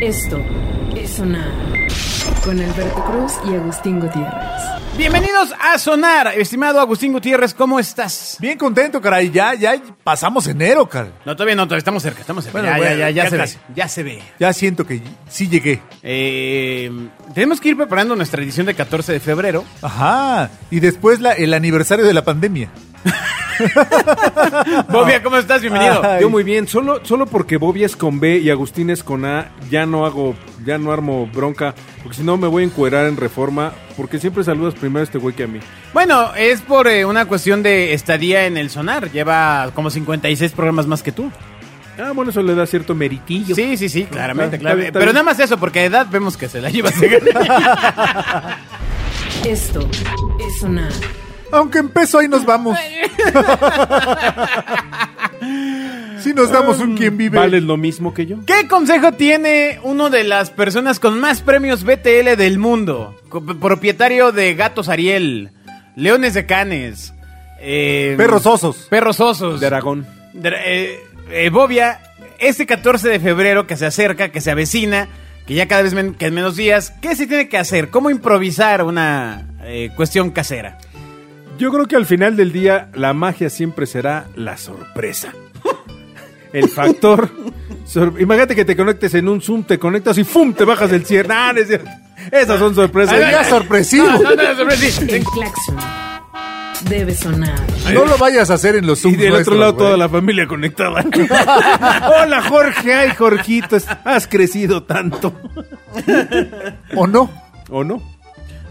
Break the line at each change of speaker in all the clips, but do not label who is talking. Esto es Sonar con Alberto Cruz y Agustín Gutiérrez.
Bienvenidos a Sonar, estimado Agustín Gutiérrez, ¿cómo estás?
Bien contento, caray. Ya, ya pasamos enero, caray.
No, todavía no, todavía estamos cerca, estamos cerca.
Bueno,
ya,
bueno,
ya, ya, ya,
ya
se
casi.
ve, ya se ve.
Ya siento que sí llegué.
Eh, tenemos que ir preparando nuestra edición de 14 de febrero.
Ajá. Y después la- el aniversario de la pandemia.
Bobia, ¿cómo estás? Bienvenido.
Ay.
Yo muy bien, solo, solo porque Bobby es con B y Agustín es con A, ya no hago, ya no armo bronca, porque si no me voy a encuerar en reforma, porque siempre saludas primero a este güey que a mí.
Bueno, es por eh, una cuestión de estadía en el Sonar. Lleva como 56 programas más que tú.
Ah, bueno, eso le da cierto meritillo.
Sí, sí, sí, claramente,
Está bien,
claro.
está
Pero
bien.
nada más eso, porque a edad vemos que se la lleva a
Esto es Sonar
Aunque en peso ahí nos vamos. Si nos damos
Ah,
un quien vive.
¿Vales lo mismo que yo?
¿Qué consejo tiene uno de las personas con más premios BTL del mundo? Co- Propietario de gatos Ariel, leones de canes, eh,
Perros osos.
perros osos.
De Aragón.
De- eh, eh, Bobia, este 14 de febrero que se acerca, que se avecina, que ya cada vez men- que en menos días, ¿qué se tiene que hacer? ¿Cómo improvisar una eh, cuestión casera?
Yo creo que al final del día la magia siempre será la sorpresa. El factor. sor- Imagínate que te conectes en un Zoom, te conectas y ¡fum! te bajas del cierre. Ah, no es cierto. Esas son sorpresas.
Ay, ay,
Sería
ay.
sorpresivo.
No, no, no, sorpresa, sí.
El claxon debe sonar.
No lo vayas a hacer en los
Y
Zoom.
del otro lado toda la familia conectada. Hola Jorge, ay Jorgito, es- has crecido tanto.
¿O no?
¿O no?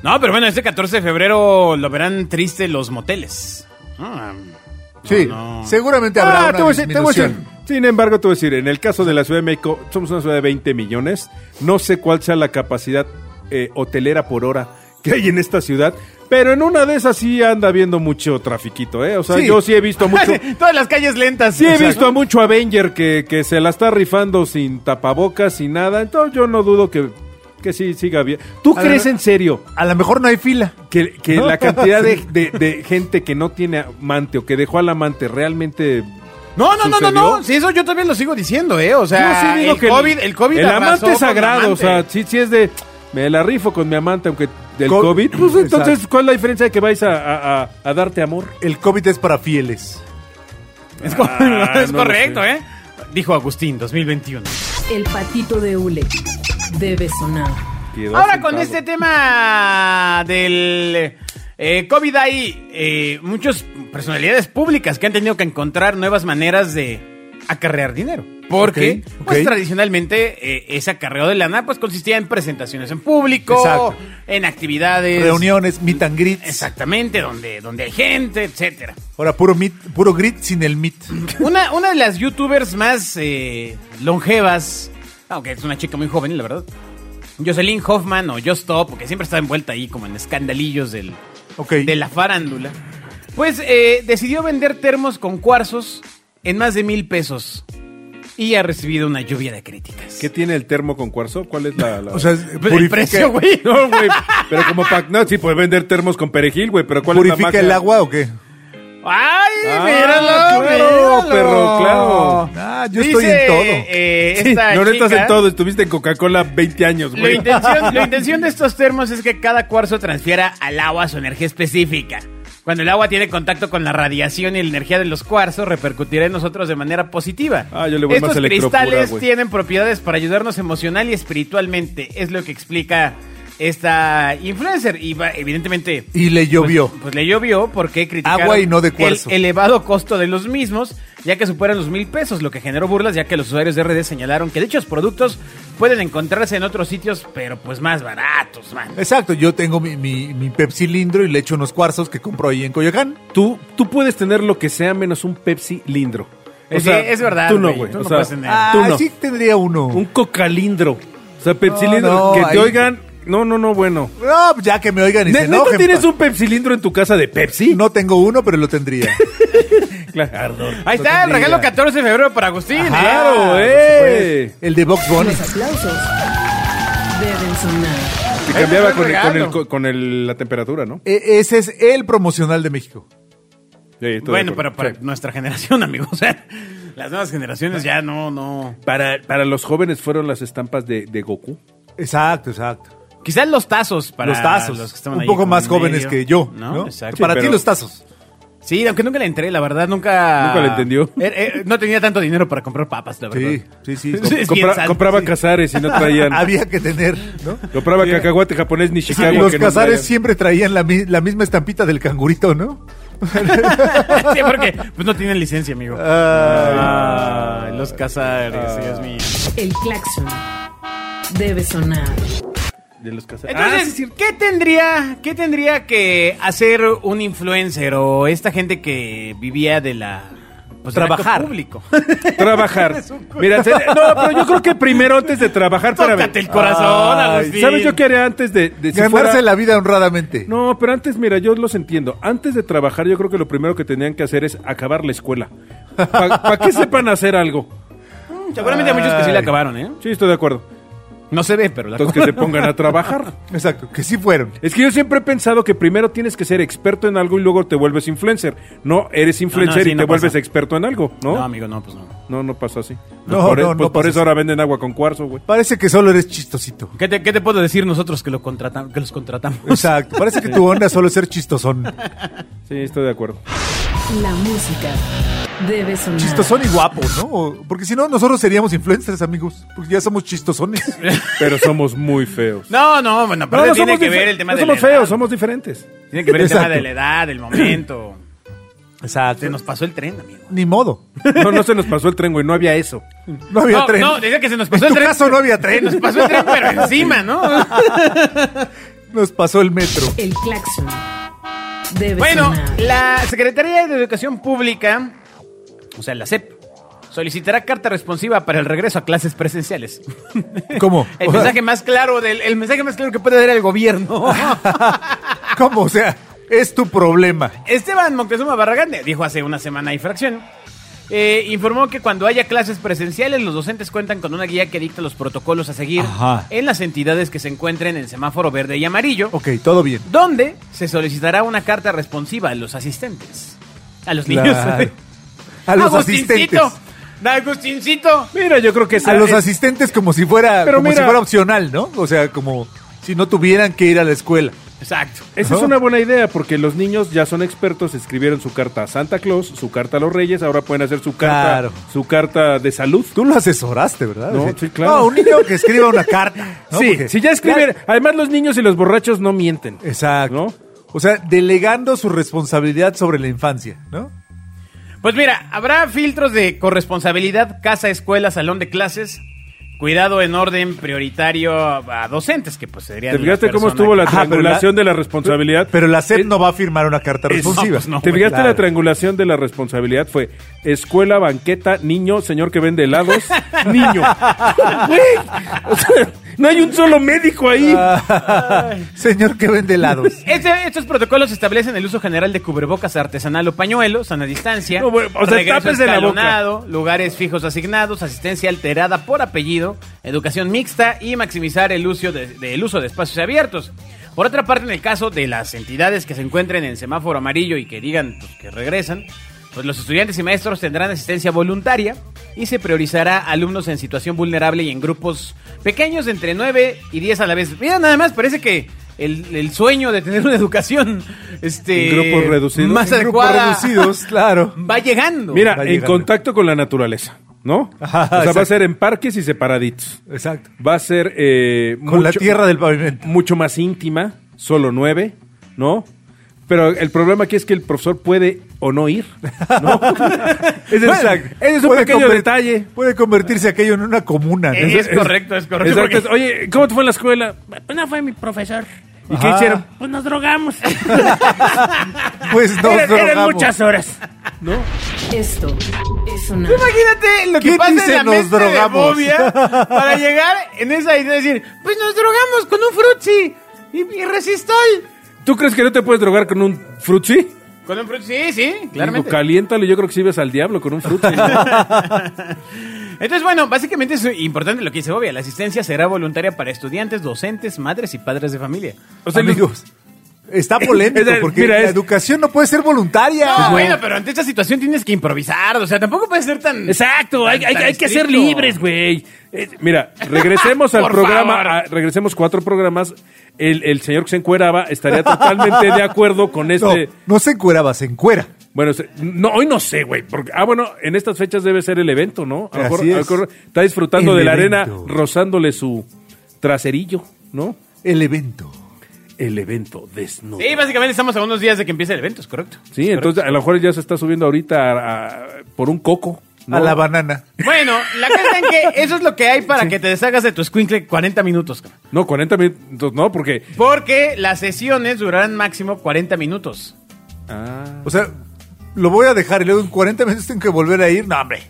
No, pero bueno, este 14 de febrero lo verán triste los moteles. Ah,
Sí.
no.
Seguramente habrá
Ah,
una
te voy a decir- te voy a decir.
disminución.
Sin embargo, te voy a decir, en el caso de la Ciudad de México, somos una ciudad de 20 millones. No sé cuál sea la capacidad eh, hotelera por hora que hay en esta ciudad, pero en una de esas sí anda habiendo mucho trafiquito, ¿eh? O sea,
Sí.
yo sí he visto a mucho...
Todas las calles lentas.
Sí he
Exacto.
visto a mucho Avenger que, que se la está rifando sin tapabocas, sin nada. Entonces yo no dudo que, que sí siga bien. ¿Tú
A
crees
ver.
en serio
A lo mejor no hay fila.
Que, que la cantidad de, de- de gente que no tiene amante o que dejó al amante realmente.
No, no, no, no,
¿Sucedió?
no. Sí, eso yo también lo sigo diciendo, ¿eh? O sea,
Yo sí digo
el,
que
COVID, el COVID.
el
abrazó
amante es
con
sagrado,
amante.
o sea, sí, sí es de. Me la rifo con mi amante, aunque del
Co-
COVID. Pues entonces,
Exacto.
¿cuál es la diferencia de que vais a, a- a- a darte amor?
El COVID es para fieles.
Es, co-
Ah,
es
no lo
correcto,
sé.
¿eh? Dijo Agustín, 2021.
El patito de hule debe sonar.
Quedó
Ahora con
sentado.
este tema del eh, COVID hay eh, muchas personalidades públicas que han tenido que encontrar nuevas maneras de acarrear dinero. Porque,
Ok,
pues
ok.
tradicionalmente, eh, ese acarreo de lana pues consistía en presentaciones en público,
Exacto.
en actividades.
Reuniones, meet and greets.
Exactamente, donde, donde hay gente, etcétera.
Ahora, puro, meet, puro grit sin el meet.
Una, una de las youtubers más eh, longevas, aunque es una chica muy joven, la verdad. Jocelyn Hoffman o Just Stop, porque siempre está envuelta ahí como en escandalillos del,
Ok.
de la farándula. Pues eh, decidió vender termos con cuarzos en más de mil pesos. Y ha recibido una lluvia de críticas.
¿Qué tiene el termo con cuarzo? ¿Cuál es la.? la-
O sea,
Pues, el
purifica-
precio, güey.
No, güey. Pero como pack. No, sí, puedes vender termos con perejil, güey, pero ¿cuál es la
¿Purifica
magia?
el agua o qué?
¡Ay,
Ah,
míralo,
claro,
míralo!
perro, claro.
Ah, yo estoy en todo.
eh,
Sí,
esta
no, no estás
chica-
en todo, estuviste en Coca-Cola 20 años,
La
güey.
intención, la intención de estos termos es que cada cuarzo transfiera al agua su energía específica. Cuando el agua tiene contacto con la radiación y la energía de los cuarzos, repercutirá en nosotros de manera positiva.
Ah, yo le voy
Estos
más electropura,
cristales
güey.
tienen propiedades para ayudarnos emocional y espiritualmente. Es lo que explica esta influencer. Y va- evidentemente...
Y le llovió.
Pues, pues le llovió porque criticaron
Agua y no de cuarzo.
el elevado costo de los mismos, ya que superan los mil pesos, lo que generó burlas, ya que los usuarios de redes señalaron que dichos productos pueden encontrarse en otros sitios, pero pues más baratos, man.
Exacto, yo tengo mi, mi, mi pepsilindro y le echo unos cuarzos que compro ahí en Coyoacán.
Tú, tú puedes tener lo que sea menos un Pepsi Lindro.
Sí, es verdad,
Tú no,
güey,
güey.
tú
o
no
sea,
puedes tener.
Ah,
tú no.
sí tendría uno.
Un Cocalindro. O sea, Pepsi
No,
Lindro.
no,
que
ahí-
te oigan. No, no, no, bueno.
No, pues ya que me oigan y se
¿Ne- ¿Neta
enojen.
tienes
pa-
un Pepsi Lindro en tu casa de Pepsi?
No tengo uno, pero lo tendría.
Claro.
Ahí está el
Mira.
regalo 14 de febrero para Agustín. ¿eh?
Claro,
Ah,
eh.
pues, el de Box Bunny.
Los aplausos deben sonar.
Te cambiaba
Ese fue el
con, el- con el-
regalo.
con el- la temperatura, ¿no?
E- ese es el promocional de México.
Sí, estoy de
Bueno,
acuerdo.
pero para
Sí.
nuestra generación, amigos. O sea, Las nuevas generaciones ya no, no.
Para, para los jóvenes fueron las estampas de, de Goku.
Exacto, exacto.
Quizás los tazos para
los tazos.
los que estaban
un
ahí
poco
como
más
en medio,
jóvenes que yo.
¿no?
¿no?
Exacto.
Para
pero-
ti los tazos.
Sí, aunque nunca la entré, la verdad, nunca.
Nunca la entendió.
Eh, eh, no tenía tanto dinero para comprar papas, la verdad.
Sí, sí, sí.
Es bien
Compra-
sal-
compraba
sí.
cazares y no traían.
Había que tener, ¿no?
compraba cacahuate japonés ni Chicago.
Ah, los
que no
cazares
traían.
siempre traían la, mi- la misma estampita del cangurito, ¿no?
sí, porque pues no tienen licencia, amigo. Ah, Ay, los cazares,
Ah.
Dios mío.
El claxon debe sonar.
De los cazares. Ah, sí,
Entonces,
sí.
¿qué tendría, qué tendría que hacer un influencer o esta gente que vivía de la pues, del acto
Trabajar.
público?
Trabajar. Mira, se- no, pero yo creo que primero antes de trabajar para
Tócate el corazón,
Ay,
Agustín.
¿Sabes yo qué haría antes de, de si
Ganarse
fuera-
la vida honradamente.
No, pero antes, mira, yo los entiendo. Antes de trabajar, yo creo que lo primero que tenían que hacer es acabar la escuela. Para que sepan hacer algo.
Seguramente hay muchos que sí la acabaron, ¿eh?
Sí, estoy de acuerdo.
No se ve, pero la
Entonces que se pongan a trabajar.
Exacto, que sí fueron.
Es que yo siempre he pensado que primero tienes que ser experto en algo y luego te vuelves influencer. Ah, No, eres influencer
sí,
y
no
te vuelves
pasa.
experto en algo, ¿no?
No,
No,
amigo, no, pues no.
no, pasa así.
No,
por, e-
no, no
pues por
pasa
eso
así.
ahora venden agua con cuarzo, güey.
Parece que solo eres chistosito.
¿Qué te, qué te puedo decir nosotros que, lo contratamos, que los contratamos?
Exacto, parece que tu onda es solo es ser chistosón.
Sí, estoy de acuerdo.
La música debe sonar.
Chistosón y guapo, ¿no? O- Porque si no, nosotros seríamos influencers, amigos. Porque ya somos chistosones.
Pero somos muy feos.
No, no, bueno, pero
no
tiene
somos
que
dife-
ver el tema
no
de la
somos
edad.
feos, somos diferentes.
Tiene que ver el tema
Exacto.
de la edad, el momento.
Exacto.
Se nos pasó el tren, amigo.
Ni modo.
No, no se nos pasó el tren, güey, no había eso.
No había
no,
tren.
no, decía que se nos
en
pasó
tu
el tren.
caso no había
Se
tren.
nos pasó el tren, pero encima, ¿no?
Nos pasó el metro.
El claxon debe
Bueno,
sonar.
la Secretaría de Educación Pública, o sea, la SEP, solicitará carta responsiva para el regreso a clases presenciales.
¿Cómo?
El mensaje más claro del, el mensaje más claro que puede dar el gobierno.
¿Cómo? O sea, es tu problema.
Esteban Moctezuma Barragán eh, dijo hace una semana y fracción. eh, informó que cuando haya clases presenciales, los docentes cuentan con una guía que dicta los protocolos a seguir
Ajá.
en las entidades que se encuentren en semáforo verde y amarillo,
Ok, todo bien.
donde se solicitará una carta responsiva a los asistentes. A los niños. ¿eh?
Claro. A los asistentes.
Agustincito. Agustincito.
Mira, yo creo que esa
A los
es-
asistentes como si fuera,
Pero
como si
mira-
fuera opcional, ¿no? O sea, como si no tuvieran que ir a la escuela.
Exacto.
Esa es
Ajá.
una buena idea porque los niños ya son expertos, escribieron su carta a Santa Claus, su carta a los Reyes, ahora pueden hacer su carta,
Claro.
su carta de salud.
Tú lo asesoraste, ¿verdad? O
No,
sea,
sí, claro.
No, un niño que escriba una carta. ¿no?
sí,
Porque- Eh,
si ya escribieron, además los niños y los borrachos no mienten.
Exacto.
¿No?
O sea, delegando su responsabilidad sobre la infancia, ¿no?
Pues mira, habrá filtros de corresponsabilidad, casa, escuela, salón de clases, cuidado en orden prioritario a docentes, que pues serían...
¿Te
las
fijaste cómo
personas
estuvo la
que-
Ajá, pero
triangulación
la-
de la responsabilidad?
Pero la SEP
Eh,
no va a firmar una carta
es- no,
responsiva.
pues no.
¿Te fijaste
Claro.
la triangulación de la responsabilidad? Fue escuela, banqueta, niño, señor que vende helados, niño. Güey, o sea, no hay un solo médico ahí.
Ah, Señor que vende helados.
Este- estos protocolos establecen el uso general de cubrebocas artesanal o pañuelo, sana distancia,
No, bueno, o sea,
regreso
tápese la boca.
escalonado, lugares fijos asignados, asistencia alterada por apellido, educación mixta y maximizar el uso de, de- el uso de espacios abiertos. Por otra parte, en el caso de las entidades que se encuentren en semáforo amarillo y que digan pues, que regresan, pues los estudiantes y maestros tendrán asistencia voluntaria y se priorizará a alumnos en situación vulnerable y en grupos pequeños de entre 9 y 10 a la vez. Mira, nada más parece que el, el sueño de tener una educación este,
En grupos reducidos.
más
En grupos
adecuada
reducidos, claro.
va llegando.
Mira,
Va
en
llegando.
contacto con la naturaleza, ¿no?
Ajá,
o sea, va
exacto.
a ser en parques y separaditos.
Exacto.
Va a ser eh,
Con la tierra del pavimento.
mucho más íntima, solo nueve, ¿no? Pero el problema aquí es que el profesor puede o no ir, ¿no? Ese es,
Exacto.
ese es un
Puede
pequeño
conver-
detalle.
Puede convertirse aquello en una comuna. ¿no?
Eh, es correcto, es correcto.
Exacto.
porque-
Oye, ¿cómo te fue en la escuela?
Pues no fue mi profesor.
¿Y qué
Ajá.
hicieron?
Pues nos drogamos.
Pues nos
eran, eran
drogamos.
muchas horas.
Esto es sonar.
Imagínate lo que
¿Quién
pasa en
dice
la
nos
mente
drogamos?
de Bobia para llegar en esa idea de decir, pues nos drogamos con un frutzi y, y resistol.
¿Tú crees que no te puedes drogar con un frutzi?
Con un frutzi, sí, sí,
Digo,
claramente.
caliéntalo, yo creo que sí ves al diablo con un frutzi.
Entonces, bueno, básicamente es importante lo que dice Bobia. La asistencia será voluntaria para estudiantes, docentes, madres y padres de familia.
O sea,
Amigos.
los-
Está polémico,
Es el-
porque
mira,
la
es-
educación no puede ser voluntaria.
Pues,
No, bueno, pero ante esta situación tienes que improvisar. O sea, tampoco puedes ser tan.
Exacto,
tan-
hay, hay-
tan
hay que ser
estricto.
libres, güey. Eh, Mira, regresemos al
Por
programa,
favor.
a- regresemos cuatro programas. El, el señor que se encueraba estaría totalmente de acuerdo con
No,
este.
no se encueraba, se encuera.
Bueno, se- no, hoy no sé, güey. porque- Ah, bueno, en estas fechas debe ser el evento, ¿no? A lo mejor,
Así
a lo
es.
mejor está disfrutando
El
de la arena,
evento.
rozándole su traserillo, ¿no?
El evento.
El evento desnudo.
Sí, básicamente estamos a unos días de que empiece el evento, es correcto.
Sí,
Es
entonces a lo mejor ya se está subiendo ahorita a- a- por un coco. ¿no?
A la banana.
correcto. Bueno, la cosa es que eso es lo que hay para que te deshagas de tu squinkle 40 minutos. cabrón.
No, 40 minutos, no, porque.
Porque las sesiones durarán máximo 40 minutos.
Ah.
O sea, lo voy a dejar y luego en 40 minutos tengo que volver a ir. No, hombre.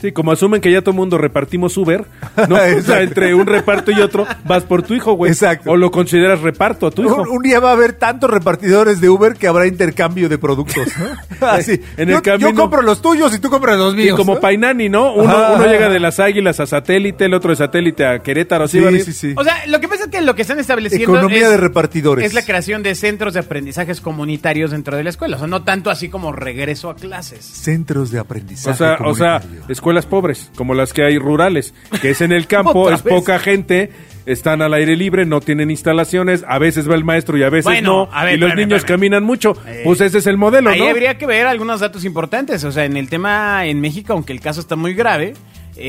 Sí, como asumen que ya todo el mundo repartimos Uber, ¿no? o sea,
Exacto.
entre un reparto y otro, vas por tu hijo, güey.
Exacto.
O lo consideras reparto a tu hijo.
Un, un día va a haber tantos repartidores de Uber que habrá intercambio de productos, ¿no? Así.
En
yo,
el camino-
yo compro los tuyos y tú compras los
Sí,
míos.
como
¿no?
Painani, ¿no? Uno,
Ajá,
uno
ajá.
llega de las águilas a satélite, el otro de satélite a Querétaro, así
Sí,
van a ir.
sí, sí.
O sea, lo que pasa es que lo que están estableciendo
Economía
es-
de repartidores.
es la creación de centros de aprendizajes comunitarios dentro de la escuela. O sea, no tanto así como regreso a clases.
Centros de
O
aprendizaje.
sea, o sea,
comunitario.
escuelas pobres, como las que hay rurales, que es en el campo,
Otra
es
vez.
poca gente, están al aire libre, no tienen instalaciones, a veces va el maestro y a veces
Bueno,
no,
a ver,
y los
espérame,
niños
espérame.
caminan mucho.
Eh,
Pues ese es el modelo,
Ahí
¿no?
habría que ver algunos datos importantes. O sea, en el tema en México, aunque el caso está muy grave,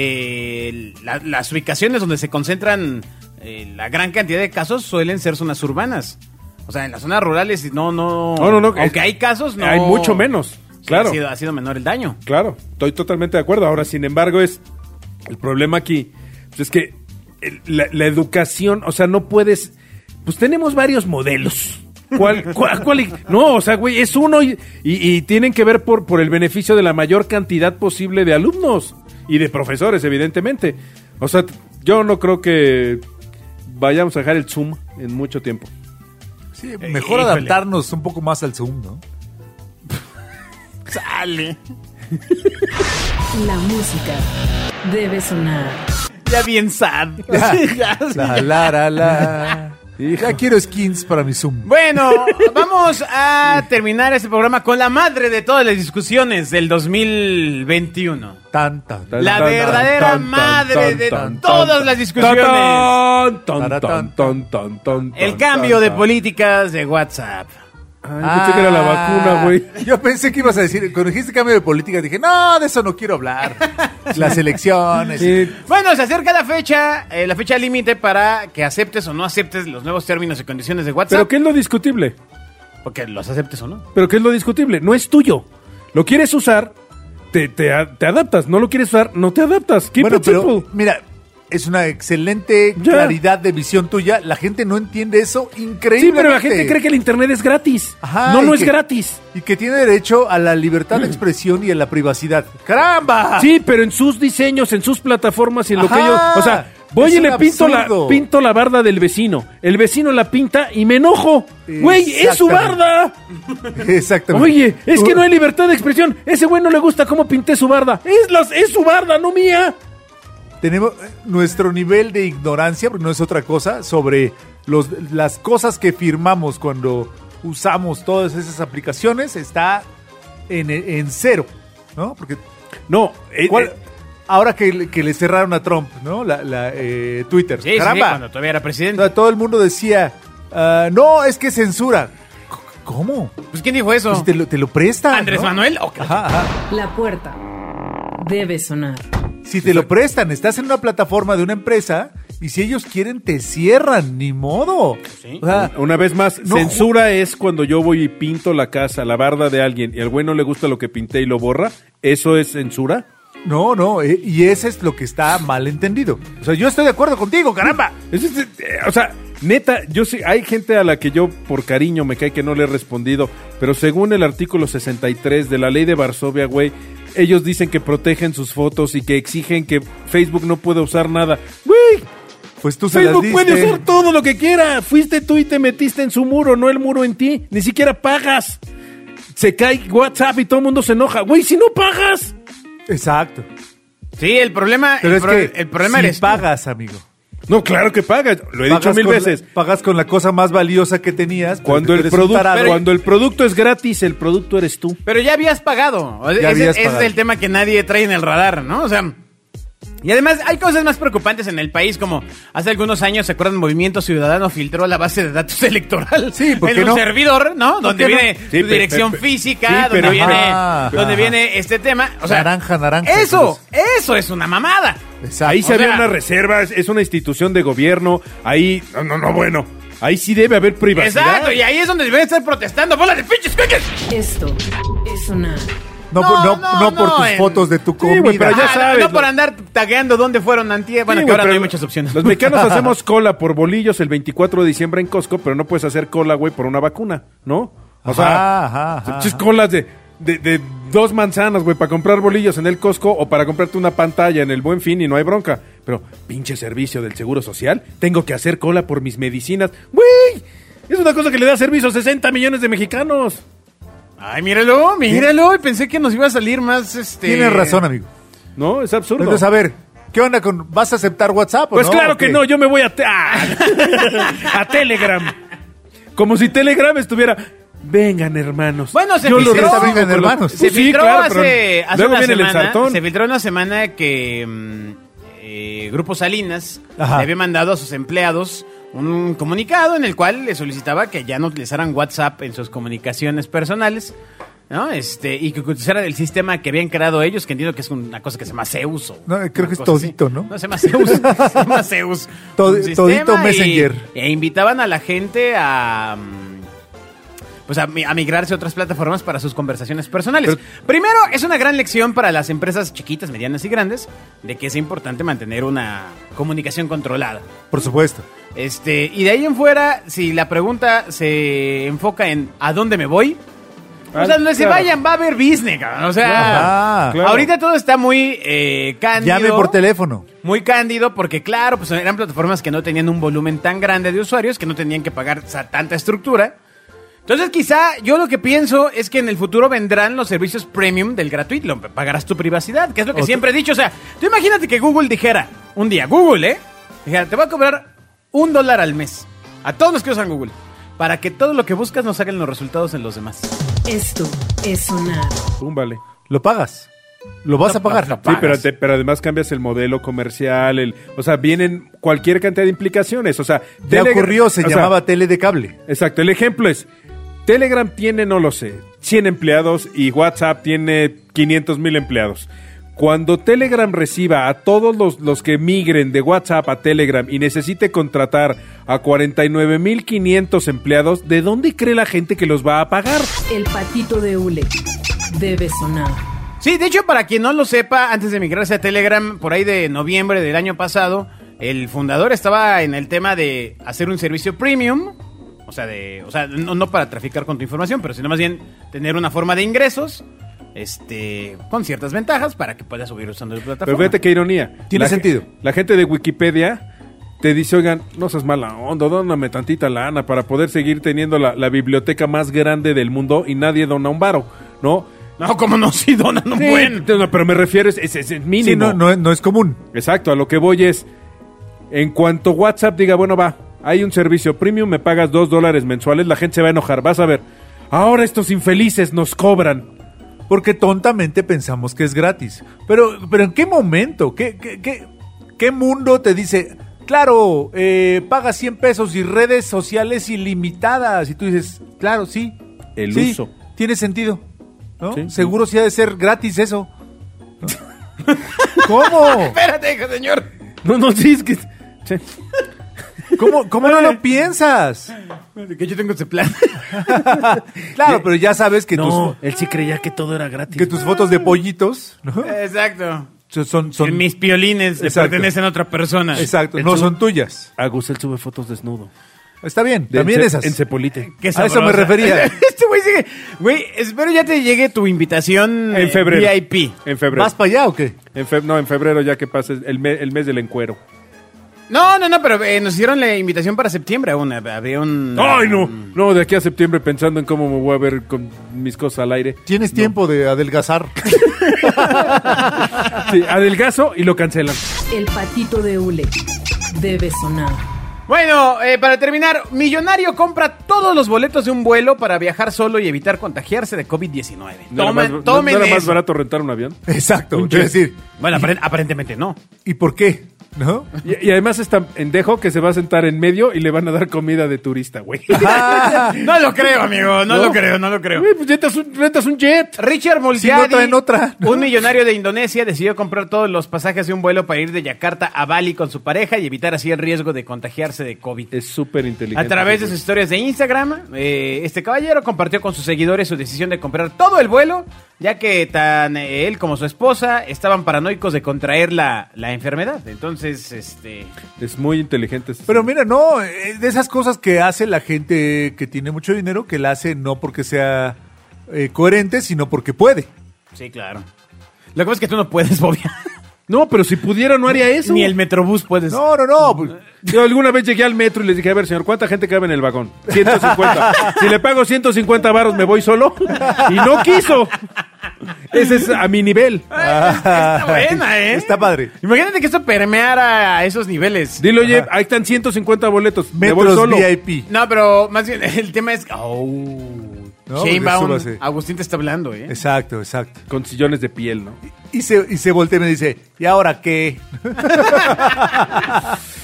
eh, la- las ubicaciones donde se concentran eh, la gran cantidad de casos suelen ser zonas urbanas. O sea, en las zonas rurales no, no.
No, no, no,
Aunque
es-
hay casos, no.
hay mucho menos,
Sí,
claro.
Ha sido, ha sido menor el daño.
Claro, estoy totalmente de acuerdo. Ahora, sin embargo, es el problema aquí pues, es que el- la, la educación, o sea, no puedes. Pues tenemos varios modelos. ¿Cuál, cuál, cuál y- no, o sea, güey, es uno y, y- y tienen que ver por, por el beneficio de la mayor cantidad posible de alumnos y de profesores, evidentemente. O sea, t- yo no creo que vayamos a dejar el Zoom en mucho tiempo.
Sí,
eh,
mejor
Híjole.
adaptarnos un poco más al Zoom, ¿no?
Sale.
La música debe sonar.
Ya bien sad. Ya.
La, la, la, la. Ya quiero skins para mi Zoom.
Bueno, vamos a terminar este programa con la madre de todas las discusiones del 2021.
Tan, tan,
Tan,
La
tan,
verdadera
tan, tan,
madre
tan,
de
tan,
todas
tan,
las
tan,
discusiones.
tan, tan,
Tara,
tan,
tan,
tan, tan, tan,
El
tan,
cambio
tan,
de
tan.
políticas de WhatsApp.
Ay, yo pensé que era la
Ah.
vacuna, güey.
Ah, Yo pensé que ibas a decir, cuando dijiste cambio de política, dije, no, de eso no quiero hablar. Las elecciones.
Sí.
Bueno, se acerca la fecha, eh, la fecha límite para que aceptes o no aceptes los nuevos términos y condiciones de
Pero
WhatsApp.
¿qué es lo discutible?
Porque los aceptes o no.
¿Pero qué es lo discutible? No es tuyo. Lo quieres usar, te, te a- te adaptas. No lo quieres usar, no te adaptas. Keep
bueno,
it
pero
simple.
mira, es una excelente
Ya.
claridad de visión tuya. La gente no entiende eso increíblemente.
Sí, pero la gente cree que el internet es gratis.
Ajá,
no,
y
no es
que-
gratis.
Y que tiene derecho a la libertad de expresión y a la privacidad. ¡Caramba!
Mm. Sí, pero en sus diseños, en sus plataformas y en lo
Ajá.
que ellos... O sea, voy
Es
y
un
le pinto la,
absurdo.
pinto la barda del vecino. El vecino la pinta y me enojo. Güey, es su
Exactamente.
barda.
Exactamente. Uh.
Oye, es que
Tú-
no hay libertad de expresión. Ese güey no le gusta cómo pinté su barda. Es, las, es su barda, no mía.
tenemos eh, nuestro nivel de ignorancia, porque no es otra cosa, sobre los, las cosas que firmamos cuando usamos todas esas aplicaciones está en, en cero, ¿no? Porque
No, eh,
¿cuál-
eh,
ahora que, le- que le cerraron a Trump, ¿no? La, la, eh, Twitter.
Sí, sí, sí,
Caramba.
cuando todavía era
O
presidente.
sea, todo el mundo decía, ah, no, es que censura. C- ¿Cómo?
Pues ¿quién dijo eso?
Pues te, lo, te lo prestan.
¿Andrés
¿no?
Manuel? Ok.
Ajá, ajá.
La puerta debe sonar.
Si te lo prestan, estás en una plataforma de una empresa y si ellos quieren te cierran, ni modo.
Sí.
O sea,
Una vez más,
Ah. No,
censura es cuando yo voy y pinto la casa, la barda de alguien y al güey no le gusta lo que pinté y lo borra. ¿Eso es censura?
no, no, eh, y ese es lo que está mal entendido. O sea, yo estoy de acuerdo contigo, caramba.
Es- es- eh, o sea, neta, yo sí, hay gente a la que yo por cariño me cae que no le he respondido, pero según el artículo 63 de la ley de Varsovia, güey, ellos dicen que protegen sus fotos y que exigen que Facebook no puede usar nada. Güey,
Pues tú se las
Facebook
diste.
puede usar todo lo que quiera. Fuiste tú y te metiste en su muro, no el muro en ti. Ni siquiera pagas. Se cae WhatsApp y todo el mundo se enoja. Güey, si no pagas.
Exacto.
Sí, el problema,
Pero
el,
es
pro-
que
el problema
si
eres tú.
pagas, amigo.
No, claro que pagas. Lo he dicho
Pagas
mil
con la-
veces.
pagas con la cosa más valiosa que tenías. pero
Cuando
tú
el,
eres un
producto,
tarado.
cuando el producto es gratis, el producto eres tú.
Pero ya habías pagado. O sea,
Ya
ese,
habías
ese
pagado.
es el tema que nadie trae en el radar, ¿no? O sea. Y además hay cosas más preocupantes en el país, como hace algunos años, ¿se acuerdan? Movimiento Ciudadano filtró la base de datos electoral
Sí, ¿por
en
qué
un
no?
servidor, ¿no? Donde
qué no?
viene
Sí,
tu
pe-
dirección
pe- pe-
física,
sí,
donde,
pero-
viene,
Ajá.
donde
Ajá.
viene este tema. O sea,
Naranja, naranja,
Eso, eso es una mamada.
Exacto.
Ahí se
O
había
sea-
una reserva, es- es una institución de gobierno. Ahí, no, no, no, bueno. Ahí sí debe haber privacidad.
Exacto, y ahí es donde deben estar protestando, bola de pinches cueques.
Ah, Esto es sonar.
No,
No,
por- no,
no,
no por
no,
tus
en-
fotos de tu comida.
güey, pero ya
Ah, no,
sabes,
No,
lo-
por andar tagueando dónde fueron antier. Bueno, que
Sí, güey,
ahora no
pero
hay muchas opciones.
Los mexicanos hacemos cola por bolillos el 24 de diciembre en Costco, pero no puedes hacer cola, güey, por una vacuna, ¿no? O sea,
Ajá, ajá, ajá,
pinches
ajá.
colas de, de, de dos manzanas, güey, para comprar bolillos en el Costco o para comprarte una pantalla en el Buen Fin y no hay bronca. Pero, pinche servicio del Seguro Social, tengo que hacer cola por mis medicinas. ¡Güey! Es una cosa que le da servicio a 60 millones de mexicanos.
Ay, míralo, míralo. Y pensé que nos iba a salir más, este...
Tienes razón, amigo.
¿No? Es absurdo.
Entonces, a ver, ¿qué onda con. ¿Vas a aceptar WhatsApp o
Pues
no?
claro
¿O
que
qué?
no, yo me voy a, te- ah, a Telegram. Como si Telegram estuviera. Vengan, hermanos.
Bueno, se
Yo lo
filtró.
Vengan,
recibo con los-
hermanos.
Se
Pues sí,
filtró
claro,
hace,
pero
hace
luego
una
viene el
semana.
ensartón.
se filtró una semana que mm, eh, Grupo Salinas
Ajá.
le había mandado a sus empleados un comunicado en el cual le solicitaba que ya no utilizaran WhatsApp en sus comunicaciones personales. ¿no? Este, y que utilizaran el sistema que habían creado ellos, que entiendo que es una cosa que se llama Zeus. o
No, creo
una
que es
cosa así.
Todito, ¿no?
No, se llama Zeus. se llama Zeus.
Tod-
Un sistema
Todito
y-
Messenger.
E invitaban a la gente a... mm, pues a, mi- a migrarse a otras plataformas para sus conversaciones personales. Primero, es una gran lección para las empresas chiquitas, medianas y grandes de que es importante mantener una comunicación controlada.
Por supuesto.
Este, y de ahí en fuera, si la pregunta se enfoca en ¿a dónde me voy? o
Ah,
sea, no se
claro.
vayan, va a haber business, cabrón. O sea,
Ajá, claro.
ahorita todo está muy eh, cándido.
Llame por teléfono.
Muy cándido, porque claro, pues eran plataformas que no tenían un volumen tan grande de usuarios, que no tenían que pagar o sea, tanta estructura. Entonces, quizá yo lo que pienso es que en el futuro vendrán los servicios premium del gratuito. Lo- Pagarás tu privacidad, que es lo que
Otro.
siempre he dicho. O sea, tú imagínate que Google dijera un día, Google, ¿eh? Dijera, te voy a cobrar un dólar al mes a todos los que usan Google para que todo lo que buscas no salgan los resultados en los demás.
Esto es sonar.
Túmbale.
Lo pagas. Lo vas a pagar.
lo
Sí,
pagas.
pero, te- pero además cambias el modelo comercial. El, o sea, vienen cualquier cantidad de implicaciones. O sea,
Te
Telegram-
ocurrió, se
o sea,
llamaba tele de cable.
Exacto, el ejemplo es, Telegram tiene, no lo sé, 100 empleados y WhatsApp tiene 500 mil empleados. Cuando Telegram reciba a todos los, los que migren de WhatsApp a Telegram y necesite contratar a 49.500 empleados, ¿de dónde cree la gente que los va a pagar?
El patito de hule debe sonar.
Sí, de hecho, para quien no lo sepa, antes de migrarse a Telegram, por ahí de noviembre del año pasado, el fundador estaba en el tema de hacer un servicio premium. O sea, de, o sea no, no para traficar con tu información, pero sino más bien tener una forma de ingresos este, con ciertas ventajas para que puedas subir usando la
Pero
plataforma.
fíjate qué ironía.
Tiene
La ge-
sentido.
La gente de Wikipedia te dice, oigan, no seas mala onda, dóname tantita lana para poder seguir teniendo la, la biblioteca más grande del mundo y nadie dona un varo, ¿no?
No, como no, si donan un
Sí,
buen.
no, pero me refiero es, es- es el mínimo.
Sí, no, no, no es común.
Exacto, a lo que voy es, en cuanto WhatsApp diga, bueno, va, hay un servicio premium, me pagas dos dólares mensuales, la gente se va a enojar, vas a ver. Ahora estos infelices nos cobran.
Porque tontamente pensamos que es gratis. Pero, pero ¿en qué momento? ¿Qué, qué, qué, qué mundo te dice? Claro, eh, paga 100 pesos y redes sociales ilimitadas. Y tú dices, claro, sí.
El
sí,
uso.
Tiene sentido. ¿no?
Sí.
Seguro sí ha de ser gratis eso. ¿no? ¿Cómo?
Espérate, señor.
No, no, sí, es que... sí.
¿Cómo, cómo no lo piensas?
Que yo tengo ese plan.
Claro, pero ya sabes que,
No,
tus,
él sí creía que todo era gratis.
que tus fotos de pollitos ¿no?
Exacto.
son, son
Mis piolines le
Exacto.
pertenecen a otra persona.
Exacto,
El
no
su-
son tuyas.
A Gusel sube fotos desnudo.
Está bien, también
En Ce-
esas.
En Cepolite.
Qué
A eso
sabrosa.
me refería.
Este güey sigue. Güey, espero ya te llegue tu invitación eh,
En febrero.
VIP.
En febrero.
¿Vas para allá o qué?
En feb- no, en febrero ya que pase el, me- el mes del encuero.
No, no, no, pero eh, nos hicieron la invitación para septiembre aún. Había un.
¡Ay, no! No, de aquí a septiembre pensando en cómo me voy a ver con mis cosas al aire.
Tienes tiempo de adelgazar.
Sí, adelgazo y lo cancelan.
El patito de hule debe sonar.
Bueno, eh, para terminar, millonario compra todos los boletos de un vuelo para viajar solo y evitar contagiarse de COVID-19.
¿No era
Tomen-
más- no-
tomen
¿No era más
eso.
barato rentar un avión?
Exacto.
Un
quiero
jet.
decir,
Bueno, aparen- aparentemente no.
¿y por qué? ¿No?
Y, y además está endejo que se va a sentar en medio y le van a dar comida de turista, güey.
Ah.
No lo creo, amigo. No,
¿No?
lo creo, no lo creo.
Güey, pues rentas un, rentas un jet.
Richard Mulciadi,
no traen otra, ¿no?
un millonario de Indonesia, decidió comprar todos los pasajes de un vuelo para ir de Yakarta a Bali con su pareja y evitar así el riesgo de contagiarse de COVID.
Es súper inteligente.
A través de sus historias de Instagram, eh, este caballero compartió con sus seguidores su decisión de comprar todo el vuelo, ya que tan eh, él como su esposa estaban paranoicos de contraer la, la enfermedad. Entonces, este...
Es muy inteligente. este
Pero
señor.
mira, no, eh, de esas cosas que hace la gente que tiene mucho dinero, que la hace no porque sea eh, coherente, sino porque puede.
Sí, claro. Lo que pasa es que tú no puedes, Bobia.
No, pero si pudiera no haría eso.
Ni el Metrobús puedes.
No, no, no. pues,
Yo alguna vez llegué al metro y les dije, a ver, señor, ¿cuánta gente cabe en el vagón? 150. si le pago 150 varos, ¿me voy solo? Y no quiso. Ese es a mi nivel.
Está buena, ¿eh?
Ah, Está padre.
Imagínate que esto permeara a esos niveles.
Dile, oye, ahí están 150 boletos. Me voy
Metros
solo.
VIP.
No, pero más bien el tema es... Oh,
No, pues,
Shane
eso
Baum,
lo hace.
Agustín te está hablando, ¿eh?
Exacto, exacto.
Con sillones de piel, ¿no?
Y se, y se voltea y me dice, ¿y ahora qué?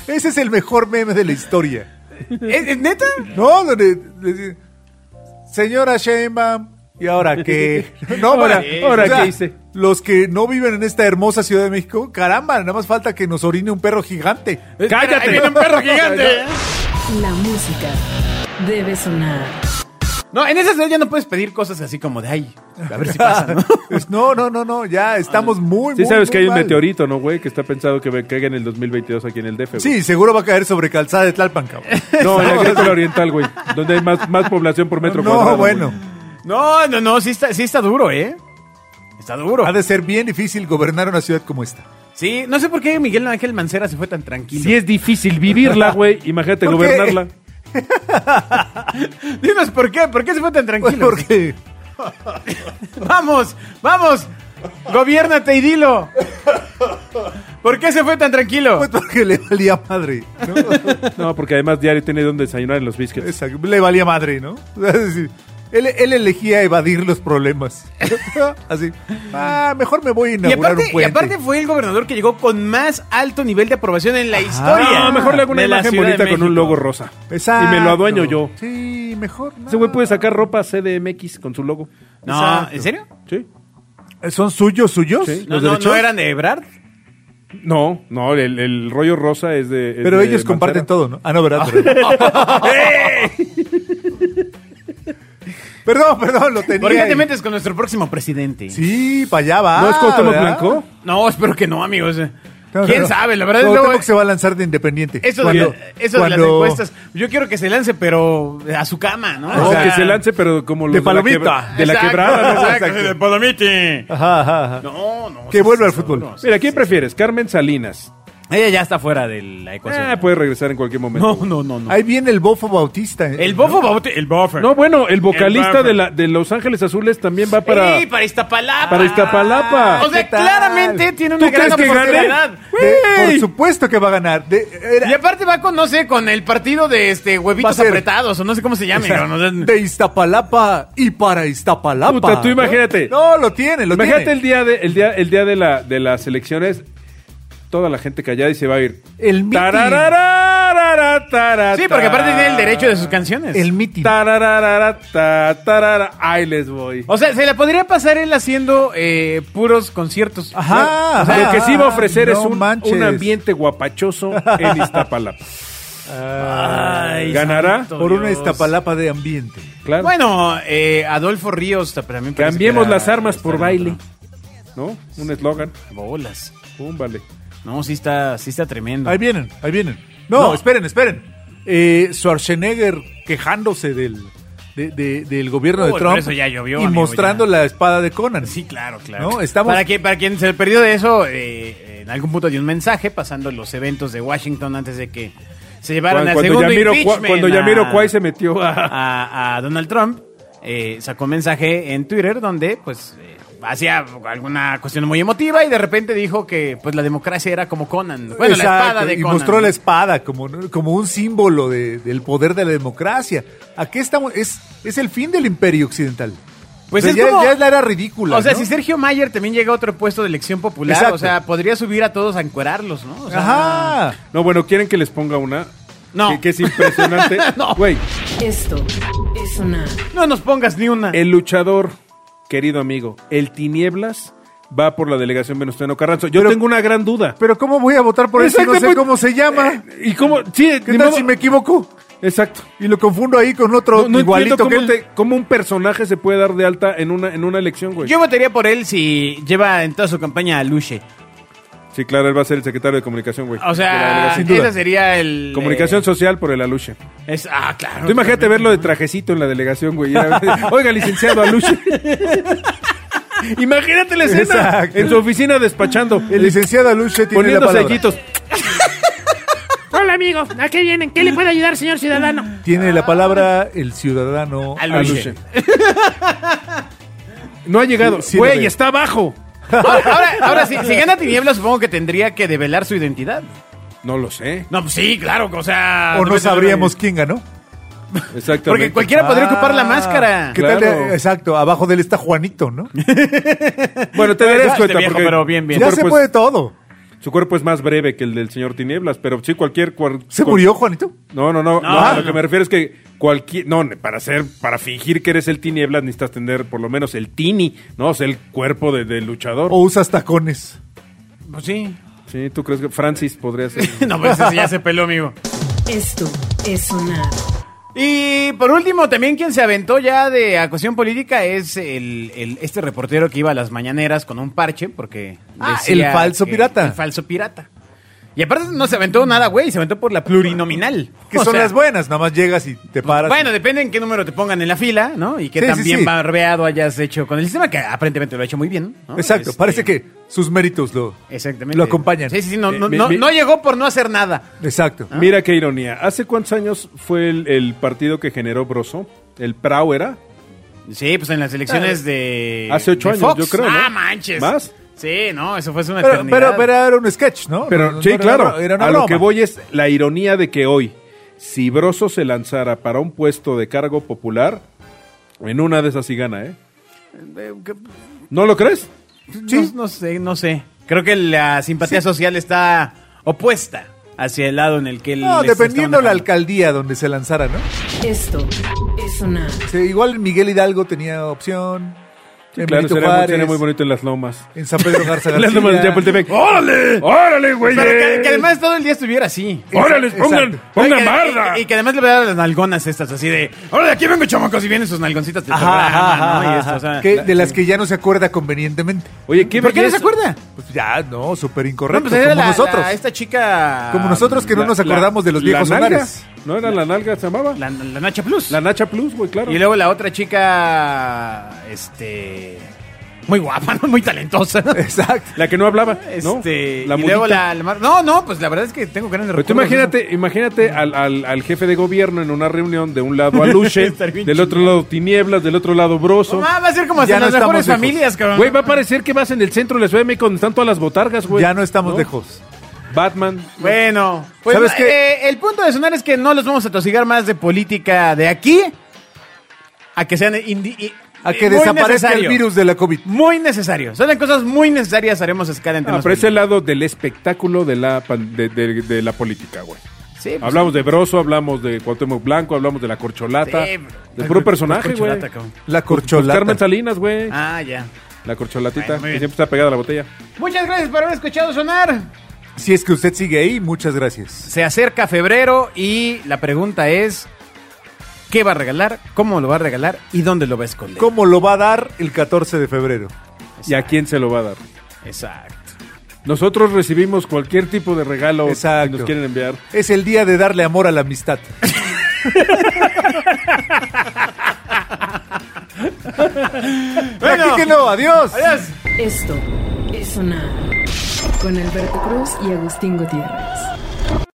Ese es el mejor meme de la historia.
¿Es- es ¿Neta?
No, donde le dice, señora Sheinbaum, ¿y ahora qué? No,
Ahora,
para-
ahora, ¿qué hice?
Los que no viven en esta hermosa Ciudad de México, caramba, nada más falta que nos orine un perro gigante.
Eh,
Ahí viene un perro gigante. ¿eh?
La música debe sonar.
No, en esas ya no puedes pedir cosas así como de ay, a ver si pasa, ¿no?
Es- ¿no? no, no, no, ya estamos muy,
Sí
muy,
sabes
muy
que hay un
mal.
meteorito, ¿no, güey? Que está pensado que me caiga en el 2022 aquí en el DF, güey.
Sí, seguro va a caer sobre calzada de Tlalpan, cabrón.
No, en la agrícola oriental, güey. Donde hay más, más población por metro cuadrado.
No, bueno.
güey.
No, no, no, sí está, sí está duro, ¿eh? Está duro.
Ha de ser bien difícil gobernar una ciudad como esta.
Sí, no sé por qué Miguel Ángel Mancera se fue tan tranquilo.
Si es difícil vivirla, güey, imagínate
¿Por qué?
gobernarla.
Dinos por qué, por qué se fue tan tranquilo.
Pues, Porque
Vamos, vamos, gobiérnate y dilo. ¿Por qué se fue tan tranquilo?
Pues porque le valía madre, ¿no?
No, porque además diario tiene donde desayunar en los biscuits.
Exacto, le valía madre, ¿no? Es decir, él, él elegía evadir los problemas. Así, ah, mejor me voy a
Y
inaugurar
aparte,
un
y
puente.
aparte fue el gobernador que llegó con más alto nivel de aprobación en la historia.
Ah,
No, mejor le hago una
de la
imagen
Ciudad de
bonita con un
México.
logo rosa.
Exacto.
Y me lo adueño yo.
Sí, mejor.
Ese güey puede sacar ropa CDMX con su logo.
No,
Exacto.
¿en serio?
Sí.
¿Son suyos, suyos?
Sí.
No,
¿Los
no,
derechos?
no eran de Ebrard.
No, no, el, el rollo rosa es de. es
Pero
de
ellos comparten
Mancera.
todo, ¿no? Ah, no, ¿verdad?
Ah.
perdón, perdón, lo tenía.
¿Por qué
ahí.
te metes con nuestro próximo presidente?
Sí, para allá va.
¿No es Cuauhtémoc
¿verdad?
Blanco?
No, espero que no, amigos.
No, no,
¿Quién
no.
sabe? La verdad es
Cuauhtémoc
luego-
se va a lanzar de independiente.
Eso,
Cuando-
de, eso de las
cuando-
encuestas. Yo quiero que se lance, pero a su cama, ¿no?
No,
O sea,
que se lance, pero como los
de
la
palomita.
quebra- de la
Exacto,
quebrada. ¿no?
exacto, de Palomiti.
Ajá, ajá, ajá.
No, no.
Ah. Que
sí,
vuelva
sí,
al fútbol.
seguro, sí.
Mira, ¿quién prefieres? Carmen Salinas.
Ella ya está fuera de la ecuación.
Ah, puede regresar en cualquier momento.
no,
güey.
no, no, no.
Ahí viene el bofo bautista. ¿eh?
El bofo, Baute- el buffer.
No, bueno, el vocalista
El
de, la, de Los Ángeles Azules también va para.
Sí, pues, para Iztapalapa.
Para Iztapalapa.
O sea,
¿Qué tal?
claramente tiene
¿Tú
una gran
crees que gane?
oportunidad.
De-
¡Güey!
por supuesto que va a ganar. De- era-
Y aparte va con, no sé, con el partido de este
Va a
huevitos
ser-
apretados, o no sé cómo se llame. ¿no? No sé.
de Iztapalapa y para Iztapalapa.
Puta, tú imagínate.
No, lo tiene, lo
Imagínate
tiene.
el día de, el día, el día de, la, de las elecciones. Toda la gente callada y se va a ir.
El mitin.
Tararararara, tarara,
Sí, porque aparte tiene el derecho de sus canciones.
El mitin.
tarararara, ta, tarara. Ahí les voy.
O sea, se la podría pasar él haciendo eh, puros conciertos.
Ajá.
Ah,
O sea,
ajá,
lo que sí va a ofrecer
no
es un,
manches.
un ambiente guapachoso en Iztapalapa.
Ay,
¿Ganará?
santo
Por una
Dios.
Iztapalapa de ambiente.
Claro.
Bueno, eh, Adolfo Ríos también. parece
Cambiemos
que era-
las armas por
está en
baile.
otro.
¿No? Un eslogan.
Bolas.
Pum, vale.
No, sí está, sí está tremendo.
Ahí vienen, ahí vienen. No,
No.
esperen, esperen. Eh, Schwarzenegger quejándose del, de- de- del gobierno
Uy,
de
pero
Trump.
eso ya llovió,
y
amigo,
mostrando
ya.
la espada de Conan.
Sí, claro, claro.
No, estamos-
Para, que, para quien se perdió de eso, eh, en algún punto dio un mensaje pasando los eventos de Washington antes de que se llevaran
Cuando,
al segundo
Yamiro,
impeachment
cuando
a-
Yamiro
ah.
Kwai se metió a...
a, a Donald Trump, eh, sacó un mensaje en Twitter donde, pues, eh, hacía alguna cuestión muy emotiva y de repente dijo que pues la democracia era como Conan. Bueno, la
Exacto,
espada de
y
Conan.
mostró
¿no?
la espada como, como un símbolo de- del poder de la democracia. ¿A qué estamos? Es, es el fin del imperio occidental.
Pues
O sea,
es
ya,
como-
ya es la era ridícula.
O sea,
¿no?
si Sergio Mayer también llega a otro puesto de elección popular,
Exacto.
o sea, podría subir a todos a encuerarlos, ¿no? O sea,
Ajá.
No, bueno, ¿quieren que les ponga una?
No.
Que, que es impresionante.
No.
Güey,
Esto es sonar.
No nos pongas ni una.
el luchador, querido amigo, el Tinieblas va por la delegación Venustiano Carranzo. Yo tengo una gran duda.
Pero ¿cómo voy a votar por eso? No sé
Exactamente. Eh,
cómo se llama.
Eh,
¿Y cómo? Sí,
¿Qué
ni
tal
modo-
si me equivoco?
Exacto.
Y lo confundo ahí con otro
No, no entiendo
igualito que este?
cómo,
él.
te- cómo un personaje se puede dar de alta en una, en una elección, güey.
Yo votaría por él si lleva en toda su campaña a Luche.
Sí, claro, él va a ser el secretario de comunicación, güey.
O
de la
sea,
delegación.
sin duda.
ese sería el...
comunicación
eh,
social por el Aluche.
es, ah, claro.
Tú imagínate verlo de trajecito en la delegación, güey. y a ver, Oiga, licenciado Aluche. imagínate la escena
Exacto.
en su oficina despachando. eh,
El licenciado Aluche tiene la
poniendo
palabra.
sellitos.
Hola, amigo. ¿A qué vienen? ¿Qué le puede ayudar, señor ciudadano?
Tiene la palabra el ciudadano
Ah,
Aluche.
Aluche.
No ha llegado.
Sí, sí lo
Güey,
veo.
está abajo.
Ahora, ahora, ahora, si, si gana Tinieblas, supongo que tendría que develar su identidad.
No lo sé.
No, pues sí, claro, o sea...
O no sabríamos quién ganó.
Exactamente.
Porque cualquiera podría
Ah,
ocupar la máscara.
¿Qué tal?
Claro.
de- exacto, abajo de él está Juanito, ¿no?
Bueno, te
Ya,
darás
este
cuenta.
viejo,
porque
pero bien, bien.
su
ya
cuerpo
se
es-
puede todo.
Su cuerpo es más breve que el del señor Tinieblas, pero sí cualquier... cuar-
¿Se
cual-
murió Juanito?
No, no, no.
No,
lo- a
no,
lo que
no.
me refiero es que cualquier... No, para ser, para fingir que eres el Tinieblas necesitas tener por lo menos el Tini, ¿no? O sea, el cuerpo de- del luchador.
¿O usas tacones?
Pues sí.
Sí, ¿tú crees que Francis podría ser?
No, pues ese ya se peló, amigo.
Esto es sonar.
Y por último, también quien se aventó ya de a cuestión política es el, el- este reportero que iba a las mañaneras con un parche, porque.
Ah, el falso
que-
pirata.
El falso pirata. Y aparte no se aventó nada, güey, se aventó por la plurinominal.
Que
O
son
sea,
las buenas, nada más llegas y te paras.
Bueno, depende en qué número te pongan en la fila, ¿no? Y qué
Sí, sí,
también
sí.
barbeado hayas hecho con el sistema, que aparentemente lo ha hecho muy bien. ¿no?
Exacto,
Este,
parece que sus méritos lo,
Exactamente.
lo acompañan.
Sí, sí, sí, no, Ah, no-
Eh, mi-
no-
mi-
no llegó por no hacer nada.
Exacto.
Mira qué ironía. ¿Hace cuántos años fue el, el partido que generó Broso? ¿El PRAU era?
Sí, pues en las
Ah,
elecciones de.
Hace ocho
de
años,
Fox.
yo creo,
Ah,
¿no?
manches.
¿Más?
Sí, no, eso fue hace una
Pero,
eternidad.
pero, pero era un sketch, ¿no?
Pero,
No, no
sí,
era una
claro.
bro- Era una
a
broma.
lo que voy es la ironía de que hoy, si Broso se lanzara para un puesto de cargo popular, en una de esas sí gana, ¿eh? ¿No lo crees?
Pues, No, no sé, no sé. Creo que la simpatía social está opuesta hacia el lado en el que él.
No,
les
Este,
está
dependiendo la
manejando.
alcaldía donde se lanzara, ¿no?
Esto es sonar.
Sí, igual Miguel Hidalgo tenía opción. en
claro,
Benito
sería, muy-
Juárez,
sería muy bonito en las lomas.
En San Pedro Garza
En las lomas de
García.
Chapultepec. ¡Órale! ¡Órale, güey!
Pero que, que además todo el día estuviera así.
¡Órale,
Exacto.
pongan,
Y
pongan
que-
barda!
Y, y que además le vean las nalgonas estas, así de. ¡Órale, aquí vengo, chamacos! Y vienen sus nalgoncitas del
Ajá,
programa,
ajá,
¿no? pues, Y
ajá,
esto, o sea,
que- de las que ya no se acuerda convenientemente.
Oye, ¿qué
¿Por qué no se
belleza?
acuerda?
Pues ya, no, súper
No,
incorrecto.
pues era
como
la-
nosotros.
la- esta chica.
como nosotros que no
La-
nos acordamos
la-
de los
la
viejos
nalga.
sonares.
¿No era la nalga se llamaba?
La, la Nacha Plus.
La Nacha Plus, güey, claro.
Y luego la otra chica, este, muy guapa, ¿no? muy talentosa.
Exacto.
La que no hablaba, ¿no?
Este,
La
y luego
mudita.
la, la mar- No, no, pues la verdad es que tengo grandes
Pero tú
recuerdos.
imagínate, imagínate al, al- al jefe de gobierno en una reunión, de un lado a Luche,
Estaría bien
del otro lado Tinieblas, del otro lado
No,
Broso.
ma, va a ser como
Ya
hasta
no
las
estamos
mejores
lejos.
familias, cabrón.
Güey, va a parecer que vas en el centro de la Ciudad de México donde están todas las botargas, güey.
Ya no estamos lejos.
Batman.
Bueno, pues
¿Sabes
eh,
qué?
el punto de sonar es que no los vamos a tosigar más de política de aquí a que sean indi- y-
A que
Eh, muy
desaparezca
necesario.
el virus de la COVID.
Muy necesario. Son las cosas muy necesarias, haremos escala entre
Ah, pero es
nosotros.
el lado del espectáculo de la, pan- de, de- de la política, güey.
Sí, pues,
Hablamos de Broso, hablamos de Cuauhtémoc Blanco, hablamos de la corcholata.
Sí.
de puro personaje, güey.
Corcholata, cabrón.
La
Pues
corcholata.
Carmen Salinas, güey.
Ah, ya.
La corcholatita,
Bueno, muy
que
bien.
siempre está pegada a la botella.
Muchas gracias por haber escuchado sonar.
Si es que usted sigue ahí, muchas gracias.
Se acerca febrero y la pregunta es ¿qué va a regalar? ¿Cómo lo va a regalar? ¿Y dónde lo va a esconder?
¿Cómo lo va a dar el 14 de febrero?
¿Y a quién se lo va a dar?
Exacto.
Nosotros recibimos cualquier tipo de regalo
Exacto.
que nos quieren enviar.
Es el día de darle amor a la amistad.
Bueno.
Aquí que no, adiós.
Adiós.
Esto es sonar. Con Alberto Cruz y Agustín Gutiérrez.